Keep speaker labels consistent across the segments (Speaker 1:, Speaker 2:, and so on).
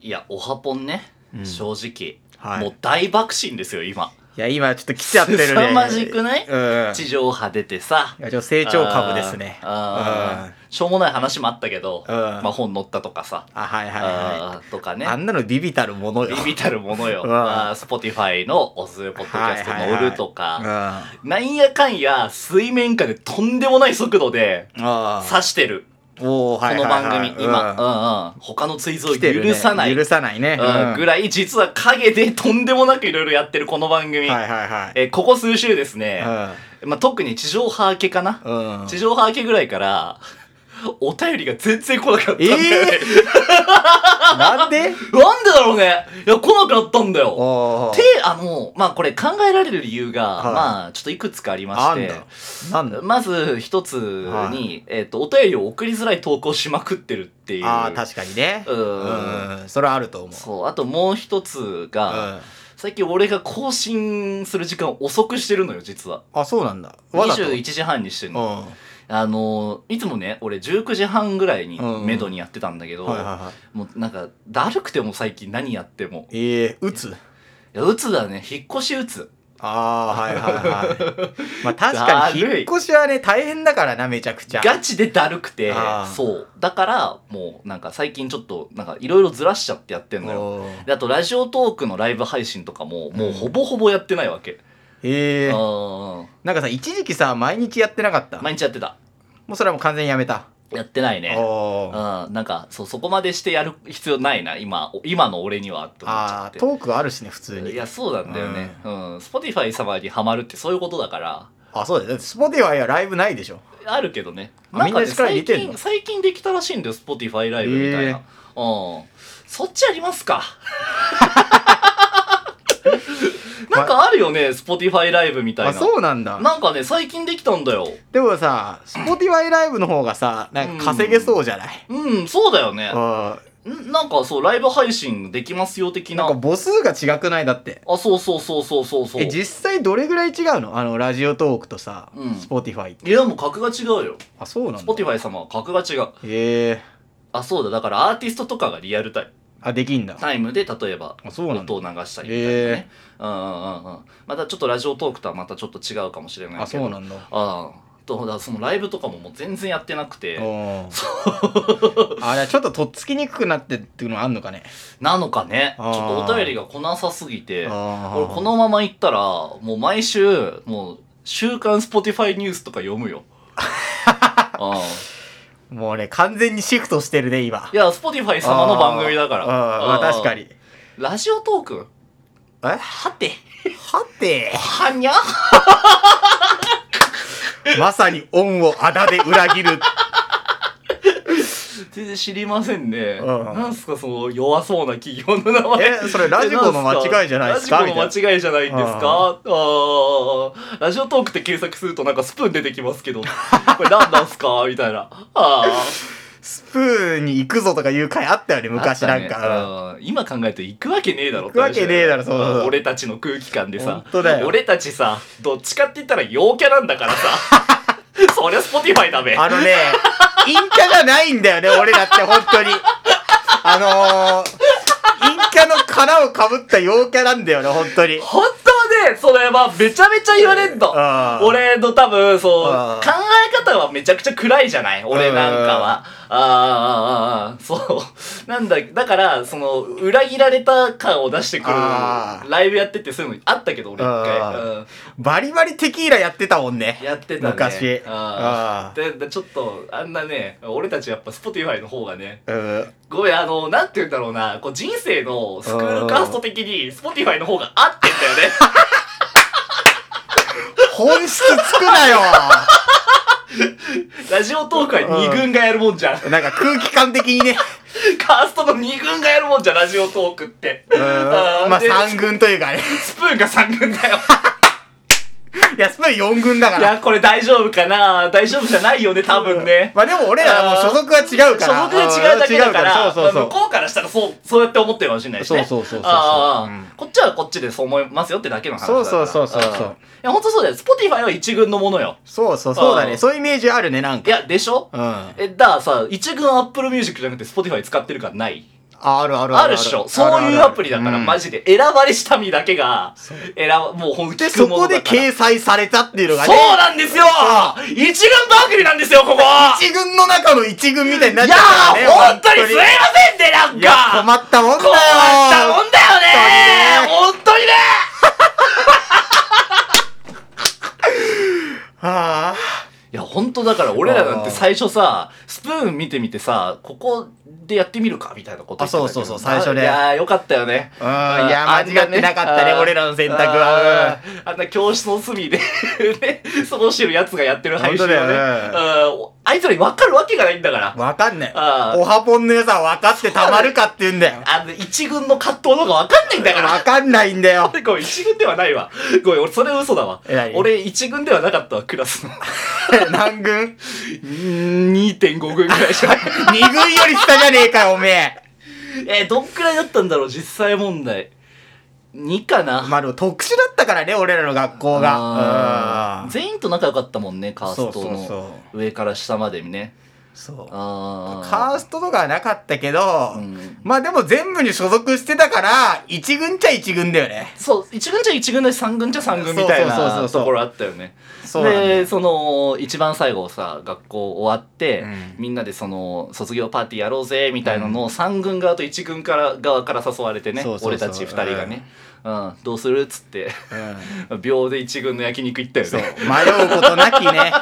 Speaker 1: いやおはぽんね、
Speaker 2: うん
Speaker 1: 正直、
Speaker 2: はい
Speaker 1: もう大爆心ですよ今
Speaker 2: いや、今ちょっと来ちゃってるね。
Speaker 1: 凄まじくない
Speaker 2: うん。
Speaker 1: 地上波出てさ
Speaker 2: いやちょっと成長株ですね。
Speaker 1: あーあーしょうもない話もあったけど、
Speaker 2: うん
Speaker 1: まあ、本載ったとかさ、
Speaker 2: うん。あ、はいはいは
Speaker 1: あーとか
Speaker 2: い。
Speaker 1: ね
Speaker 2: あんなのビビたるものよ。
Speaker 1: ビビたるものよ
Speaker 2: うん
Speaker 1: スポティファイのおすすめポッドキャスト
Speaker 2: はいはいは
Speaker 1: 乗
Speaker 2: い
Speaker 1: るとか、
Speaker 2: うん。あ
Speaker 1: なんやかんや水面下でとんでもない速度で
Speaker 2: あ。
Speaker 1: 刺してる
Speaker 2: おー
Speaker 1: こ
Speaker 2: はい
Speaker 1: の
Speaker 2: はい
Speaker 1: 番
Speaker 2: はい
Speaker 1: 組、今、うんうん、他の追
Speaker 2: うん
Speaker 1: 像
Speaker 2: 来てるね
Speaker 1: 許さない、
Speaker 2: 許さないね。
Speaker 1: うん、ぐ
Speaker 2: ら
Speaker 1: らい実は陰でとんでもなくいろいろやってるこの番組、
Speaker 2: はいはいはい。
Speaker 1: えーここ数週ですね、まあ、特に地上波明けかな、
Speaker 2: うん。うん。
Speaker 1: 地上波明けぐらいからお便りが全然来なかったんだ
Speaker 2: え
Speaker 1: よね、
Speaker 2: えな んで
Speaker 1: なんでだろうねいや来なくなったんだよ
Speaker 2: おー
Speaker 1: てあのまあこれ考えられる理由が、
Speaker 2: はい
Speaker 1: まあちょっといくつかありま
Speaker 2: あ
Speaker 1: し
Speaker 2: ん
Speaker 1: て
Speaker 2: だ。なんだ
Speaker 1: まず一つに、
Speaker 2: はい
Speaker 1: えっとお便りを送りづらい投稿しまくってるっていう
Speaker 2: ああ、確かにね。
Speaker 1: うん
Speaker 2: うん。それはあると思う。
Speaker 1: そうあともう一つが、
Speaker 2: うん。
Speaker 1: 最近俺が更新する時間を遅くしてるのよ実は
Speaker 2: あ、そうなんだ。わざと。
Speaker 1: 21時半にしてる
Speaker 2: うん。
Speaker 1: の、
Speaker 2: は
Speaker 1: あのいつもね俺19時半ぐらいに
Speaker 2: うん
Speaker 1: めどにやってたんだけど、
Speaker 2: いはいはい。
Speaker 1: もうなんかだるくても最近何やっても
Speaker 2: ええ、打つ
Speaker 1: いやうつだね引っ越しうつ
Speaker 2: ああはいはいはい まあ確かに引っ越しはね大変だからなめちゃくちゃ
Speaker 1: ガチでだるくて
Speaker 2: あー
Speaker 1: そうだからもうなんか最近ちょっとなんかいろいろずらしちゃってやってんのよ
Speaker 2: おー
Speaker 1: であとラジオトークのライブ配信とかももううんほぼほぼやってないわけ、
Speaker 2: え
Speaker 1: う
Speaker 2: え
Speaker 1: ん
Speaker 2: なんかさ一時期さ毎日やってなかったも
Speaker 1: 毎日やってた
Speaker 2: うそれはもう完全にやめた
Speaker 1: やってないね
Speaker 2: おー
Speaker 1: うん、なんかそうそこまでしてやる必要ないな今お今の俺にはと思っちゃ
Speaker 2: あ
Speaker 1: っ
Speaker 2: ー
Speaker 1: て
Speaker 2: トークあるしね普通に
Speaker 1: いやそうなんだよねうん、Spotify 様にハマるってそういうことだから
Speaker 2: あそうだよだってスポティファイはライブないでしょ
Speaker 1: あるけどね
Speaker 2: あ
Speaker 1: なんかね
Speaker 2: みんな力入
Speaker 1: 最
Speaker 2: れてん
Speaker 1: 近
Speaker 2: の
Speaker 1: 最近できたらしいんだよ Spotify ライブみたいな、う
Speaker 2: へ
Speaker 1: んそっちあります かなんかあるよね Spotify ライブみたいな、
Speaker 2: あそうなんだ
Speaker 1: なんかね最近できたんだよ
Speaker 2: でもさスポティファイライブの方がさなんか稼げそうじゃない
Speaker 1: うんそうだよね
Speaker 2: あー
Speaker 1: んなんかそうライブ配信できますよ的
Speaker 2: な
Speaker 1: なん
Speaker 2: か母数が違くないだって
Speaker 1: あそうそうそうそうそうそう
Speaker 2: え実際どれぐらい違うのあのラジオトークとさ
Speaker 1: うん
Speaker 2: スポティファイって
Speaker 1: いやもう格が違うよ
Speaker 2: あそうなんだ
Speaker 1: Spotify 様は格が違う
Speaker 2: へえ
Speaker 1: あそうだだからアーティストとかがリアルタイ
Speaker 2: あできんだ
Speaker 1: タイムで例えば
Speaker 2: あそうなんだ
Speaker 1: 音を流したりみたいなね、うんうんうんうんまたちょっとラジオトークとはまたちょっと違うかもしれないけど
Speaker 2: あそうなんだ
Speaker 1: ああとだからそのライブとかももう全然やってなくて
Speaker 2: うんあれちょっととっつきにくくなってっていうのはあんのかね
Speaker 1: なのかねちょ
Speaker 2: あ
Speaker 1: っ
Speaker 2: ー
Speaker 1: とお便りが来なさすぎて
Speaker 2: あー
Speaker 1: 俺このまま行ったらもう毎週もう「週刊 Spotify ニュース」とか読む よああ
Speaker 2: もうね完全にシフトしてるね今
Speaker 1: いや Spotify 様の番組だから
Speaker 2: あーあーまあ確かに
Speaker 1: ラジオトーク
Speaker 2: えは
Speaker 1: はて
Speaker 2: て
Speaker 1: はにゃ
Speaker 2: まさに恩をあだで裏 切る
Speaker 1: 全然知りませんね、
Speaker 2: うん
Speaker 1: なんすかその弱そうな企業の名前
Speaker 2: えそれラジコの間違いじゃないですか
Speaker 1: ラジコの間違いじゃないんですかあーラジオトークって検索するとなんかスプーン出てきますけど これ何なんすかみたいなあー
Speaker 2: スプーンに行くぞとかいう回あったよね昔なんか、
Speaker 1: あったねうん今考えて行くわけねえだろ
Speaker 2: 行くわけねえだろそうそうそう
Speaker 1: 俺たちの空気感でさ
Speaker 2: 本当だよ
Speaker 1: 俺たちさどっちかって言ったら陽キャなんだからさ そりゃ Spotify だべ
Speaker 2: あのね陰キャがないんだよね俺だって本当にあのー陰キャの殻をかぶった陽キャなんだよね本当に
Speaker 1: 本当ね、それはめちゃめちゃ言われんの
Speaker 2: あ。ー
Speaker 1: 俺の多分、そう、
Speaker 2: あ
Speaker 1: 考
Speaker 2: ー
Speaker 1: え方はめちゃくちゃ暗いじゃない俺なんかは。あーあーあーあー、そう。なんだ、だから、その、裏切られた感を出してくる
Speaker 2: あー
Speaker 1: ライブやっててそういうのあったけど、俺一
Speaker 2: あ
Speaker 1: 回。
Speaker 2: ー
Speaker 1: うん
Speaker 2: バリバリテキーラやってたもんね
Speaker 1: やってたね。
Speaker 2: 昔
Speaker 1: あ
Speaker 2: あ
Speaker 1: ーででちょっと、あんなね、俺たちやっぱ Spotify の方がね、
Speaker 2: うん
Speaker 1: ごめん、あの、なんて言うんだろうな、こう人生のスクールカースト的に Spotify の方が合ってんだよね。
Speaker 2: 本質つくなよ
Speaker 1: ラジオトークは2軍がやるもん じゃん。
Speaker 2: なんか空気感的にね、
Speaker 1: カーストの2軍がやるもんじゃん、ラジオトークって。
Speaker 2: うん、まあ
Speaker 1: で
Speaker 2: 3軍というかね。
Speaker 1: スプーンが3軍だよ。
Speaker 2: いや、スプーン4軍だか
Speaker 1: い
Speaker 2: ら。
Speaker 1: や、これ大丈夫かな大丈夫じゃないよね、多分ね。
Speaker 2: まあでも俺らはもう所属は違う
Speaker 1: 所
Speaker 2: か
Speaker 1: 属が
Speaker 2: ら。
Speaker 1: 違うだけだから、
Speaker 2: うん違うそうそうそう
Speaker 1: まあ向。こうからしたらそう、そうやって思ってるかもしれないしね。
Speaker 2: そうそうそうそうそう
Speaker 1: ああ
Speaker 2: うん
Speaker 1: こっちはこっちでそう思いますよってだけの話だから。
Speaker 2: そうそうそうそうそうん
Speaker 1: いや、ほんとそうだよ。Spotify は1軍のものよ。
Speaker 2: そうそう、そうだ
Speaker 1: う
Speaker 2: ね。
Speaker 1: ん
Speaker 2: そういうイメージあるね、なん
Speaker 1: い
Speaker 2: か。
Speaker 1: や、でしょ
Speaker 2: うん。あ
Speaker 1: え、だからさ、1軍 Apple Music じゃなくて Spotify 使ってるからない。
Speaker 2: ああるある
Speaker 1: あるっしょそういうアプリだから、マ
Speaker 2: で
Speaker 1: ジで選ばれした身だけが選ばもうほんと
Speaker 2: でそこで掲載されたっていうのがね
Speaker 1: そうなんですよ一軍番組なんですよここい
Speaker 2: 一軍の中の一軍みたいになっち
Speaker 1: や
Speaker 2: ゃうからね
Speaker 1: ーほんとにすいませんねなんか
Speaker 2: いや困ったもんだ
Speaker 1: 困ったもんだ
Speaker 2: よ
Speaker 1: よね本当にね
Speaker 2: あ
Speaker 1: いや本当だから俺らなんて最初さスプーン見てみてさここでやってみるかみたいなこと言ってたけど
Speaker 2: あそうそうそう最初ね
Speaker 1: いやーよかったよね
Speaker 2: あうんいや
Speaker 1: あん
Speaker 2: 間違ってなかったね
Speaker 1: あー
Speaker 2: 俺らの選択
Speaker 1: あ
Speaker 2: は
Speaker 1: ーあんな教室の隅で ね過ごしてるやつがやってる配信をね
Speaker 2: 本当だ
Speaker 1: うんあいつらに分かるわけがないんだから
Speaker 2: わかんない
Speaker 1: あー
Speaker 2: おはぽんの良さは分かってたまるかって言うんだよ
Speaker 1: あの一軍の葛藤の方が分かんないんだから
Speaker 2: 分かんないんだよ
Speaker 1: ごめん一軍ではないわごめん俺それ嘘だわ
Speaker 2: え何
Speaker 1: 俺一軍ではなかったわクラスの
Speaker 2: 何軍
Speaker 1: 2.5軍ぐらい しか
Speaker 2: 二軍より下じゃねえかよおめえ
Speaker 1: えー、どんくらいだったんだろう実際問題2かな、
Speaker 2: まあでも特殊だったからね俺らの学校が
Speaker 1: あー
Speaker 2: うん
Speaker 1: 全員と仲良かったもんねカースト
Speaker 2: そうそうそ
Speaker 1: の上から下までにね
Speaker 2: そう
Speaker 1: あー
Speaker 2: カーストとかはなかったけど、
Speaker 1: うん
Speaker 2: まあでも全部に所属してたから一軍ちゃ一軍だよね
Speaker 1: そう1軍じゃ1軍だし3軍じゃ3軍みたい
Speaker 2: そうそうそう
Speaker 1: な
Speaker 2: そう
Speaker 1: ところあったよね
Speaker 2: そうなんだよ
Speaker 1: でその一番最後さ学校終わって、
Speaker 2: うん
Speaker 1: みんなでその卒業パーティーやろうぜみたいなのを3軍側と1軍から側から誘われてね
Speaker 2: そうそうそう
Speaker 1: 俺たち2人がね、うんどうするっつって
Speaker 2: うん
Speaker 1: 秒で1軍の焼肉行ったよ
Speaker 2: そう迷
Speaker 1: ね
Speaker 2: うことなき ね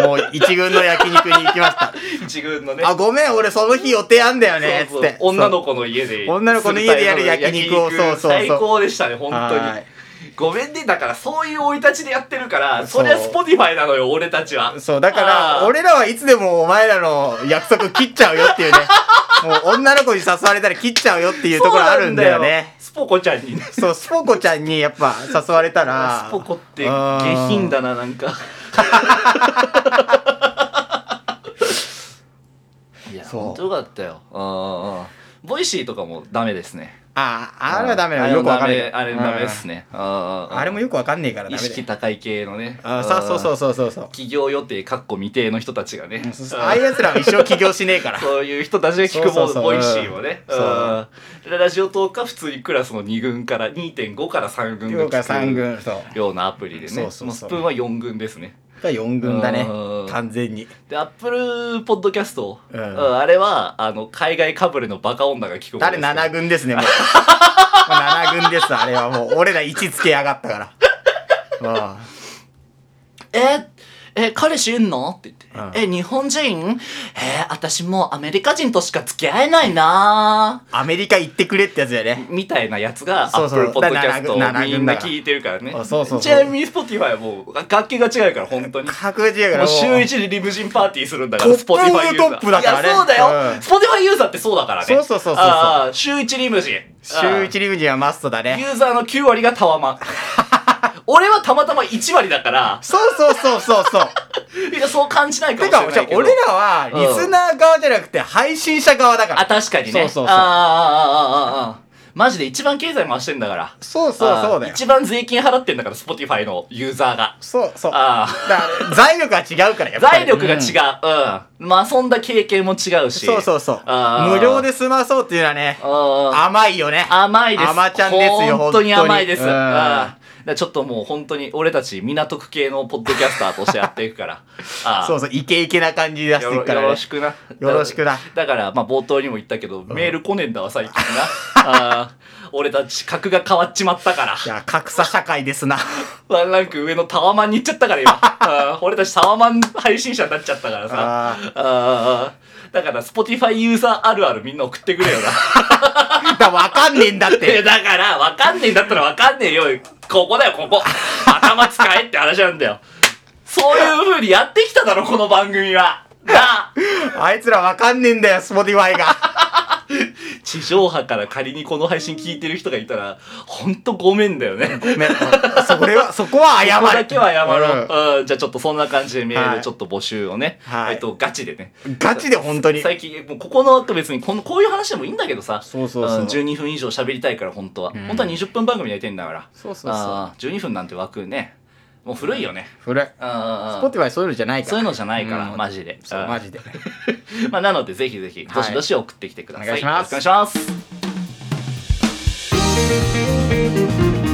Speaker 2: もう一軍の焼肉に行きました
Speaker 1: 1軍のね
Speaker 2: あごめん俺その日予定あんだよね
Speaker 1: そうそう
Speaker 2: つって
Speaker 1: 女の子の家で
Speaker 2: 女の子の家でやる焼肉を
Speaker 1: するタイプの
Speaker 2: そうそうそう
Speaker 1: 最高でしたね本当
Speaker 2: は
Speaker 1: に
Speaker 2: い
Speaker 1: ごめんねだからそういう生い立ちでやってるから
Speaker 2: そ
Speaker 1: そうりゃスポティファイなのよ俺たちは
Speaker 2: そうだか
Speaker 1: あー
Speaker 2: ら俺らはいつでもお前らの約束切っちゃうよってい うねもう女の子に誘われたら切っちゃうよっていうところあるんだよ
Speaker 1: そうなんだよ
Speaker 2: ね
Speaker 1: スポコちゃんにね
Speaker 2: そうスポコちゃんにやっぱ誘われたら
Speaker 1: スポコって下品だななんか いや
Speaker 2: そう
Speaker 1: 本当よかったよああボイシーとかもダメですね
Speaker 2: あああれはダメだ
Speaker 1: あ
Speaker 2: よよくわかんない
Speaker 1: あれもダメですねあ
Speaker 2: あれもよくわかんねえからダメ
Speaker 1: 意
Speaker 2: だよ
Speaker 1: 識高い系のね
Speaker 2: あそうそうそうそうそうそう
Speaker 1: 企業予定かっこ未定の人たちがね
Speaker 2: そうそうああいうやつらは一生起業しねえから
Speaker 1: そういう人たちが聞く
Speaker 2: そ
Speaker 1: も
Speaker 2: うそうそう
Speaker 1: ボイシーをね
Speaker 2: うんそう
Speaker 1: うんラジオトークは普通にクラスの2軍から2.5から3軍が
Speaker 2: 今から3
Speaker 1: 聞
Speaker 2: 軍そう
Speaker 1: くようなアプリでね
Speaker 2: そうそうそう
Speaker 1: もスプーンは4軍ですね
Speaker 2: が4軍だね
Speaker 1: うん
Speaker 2: 完全に
Speaker 1: でアップルポッドキャスト、
Speaker 2: うん
Speaker 1: うんあれはあの海外かぶれのバカ女が聞く
Speaker 2: あれ7軍です ねもう7軍ですあれはもう俺ら位置つけやがったからあ
Speaker 1: ええ彼氏いんのって言って、
Speaker 2: う
Speaker 1: え日本人え私もうアメリカ人としか付き合えないな
Speaker 2: アメリカ行ってくれってやつだよね
Speaker 1: みたいなやつがア
Speaker 2: そう
Speaker 1: ップ
Speaker 2: そう
Speaker 1: ルポッドキャストを
Speaker 2: だから
Speaker 1: みんな
Speaker 2: だから
Speaker 1: 聞いてるからね
Speaker 2: あそうそうそう
Speaker 1: ちなみに Spotify はもう楽器が違うから本当に
Speaker 2: 確実やか
Speaker 1: も
Speaker 2: ら
Speaker 1: う
Speaker 2: もう
Speaker 1: 週一でリムジンパーティーするんだから
Speaker 2: トップオブ
Speaker 1: Spotify ユーザー
Speaker 2: トップだからね
Speaker 1: いやそうだよ、
Speaker 2: うん
Speaker 1: Spotify ユーザーってそうだからね
Speaker 2: そうそうそうそうそう
Speaker 1: ああ週一リムジン
Speaker 2: 週
Speaker 1: あ
Speaker 2: 一リムジンはマストだ
Speaker 1: あユ
Speaker 2: ね
Speaker 1: ーザーの9割がタワ マン俺はたまたま1割だから
Speaker 2: そうそうそうそうそ う
Speaker 1: いやそう感じないかもし
Speaker 2: て
Speaker 1: れな
Speaker 2: か
Speaker 1: い
Speaker 2: じゃあ
Speaker 1: けど
Speaker 2: 俺らはリスナー側じゃなくて配信者側だから
Speaker 1: あ確かにね
Speaker 2: そうそうそう
Speaker 1: ああああああああマジで一番経済回してんだから
Speaker 2: そうそうそうだ
Speaker 1: あー
Speaker 2: よ
Speaker 1: 一番税金払ってんだから Spotify のユーザーが
Speaker 2: そうそうだか
Speaker 1: あ
Speaker 2: ら財力が違うからや
Speaker 1: あ
Speaker 2: っぱ
Speaker 1: 財
Speaker 2: り
Speaker 1: 力が違ううん、まあ遊んだ経験も違うし
Speaker 2: そうそうそう
Speaker 1: あー
Speaker 2: 無料で済まそうっていうのはね
Speaker 1: あ
Speaker 2: 甘いよね
Speaker 1: ー甘いです
Speaker 2: 甘ちゃんですよ
Speaker 1: 本当に
Speaker 2: 本当に
Speaker 1: 甘いです
Speaker 2: うん
Speaker 1: あーだからちょっともう本当に俺たち港区系のポッドキャスターとしてやっていくからあー
Speaker 2: そうそうイケイケな感じで出して
Speaker 1: よ
Speaker 2: い
Speaker 1: ろ
Speaker 2: くから
Speaker 1: よ
Speaker 2: ね
Speaker 1: ろしくな。よ
Speaker 2: ろしくな
Speaker 1: だから、まあ冒頭にも言ったけど、メール来ねえんだわ、最近な。あー俺たち格が変わっちまったから。
Speaker 2: いや格差社会ですな
Speaker 1: ワンランク上のタワマンに行っちゃったから今。あー俺たちタワマン配信者になっちゃったからさ。あ
Speaker 2: あ
Speaker 1: ーあーだから、スポティファイユーザーあるあるみんな送ってくれよな。
Speaker 2: だからわかんねえん だっ
Speaker 1: で
Speaker 2: て
Speaker 1: だから、わかんねえんだったらわかんねえよ。ここだよ、こ こ。頭使えって話なんだよ。そういう風にやってきただろ、この番組は。なあ
Speaker 2: あいつらわかんねえんだよスポティファイが
Speaker 1: 地上波から仮にこの配信聞いてる人がいたら、ほんとごめんだよね。
Speaker 2: ごめんそれはそこは謝
Speaker 1: ここ
Speaker 2: る
Speaker 1: だけは謝ろ
Speaker 2: う
Speaker 1: う、うんじゃあちょっとそんな感じでメー
Speaker 2: は
Speaker 1: ル
Speaker 2: い
Speaker 1: ちょっと募集をね。
Speaker 2: はい
Speaker 1: えっと、ガチでね。
Speaker 2: んガチで本当に
Speaker 1: 最近、もうここの後別にこの、こういう話でもいいんだけどさ。
Speaker 2: そうそうそうん
Speaker 1: 12分以上喋りたいから、本当は。
Speaker 2: ん
Speaker 1: 本当は20分番組でやりたいんだから。
Speaker 2: そうそうそう
Speaker 1: あー12分なんて枠ね。もう古いよね。
Speaker 2: それ
Speaker 1: うんうんうん
Speaker 2: スポティファイそういうのじゃないから
Speaker 1: そういうのじゃないから、
Speaker 2: うん
Speaker 1: マジで。
Speaker 2: そう
Speaker 1: うん
Speaker 2: マジで
Speaker 1: まあ、なので、ぜひぜひ、
Speaker 2: はい
Speaker 1: どしどし送ってきてください。
Speaker 2: お願いします
Speaker 1: よろくお願いします。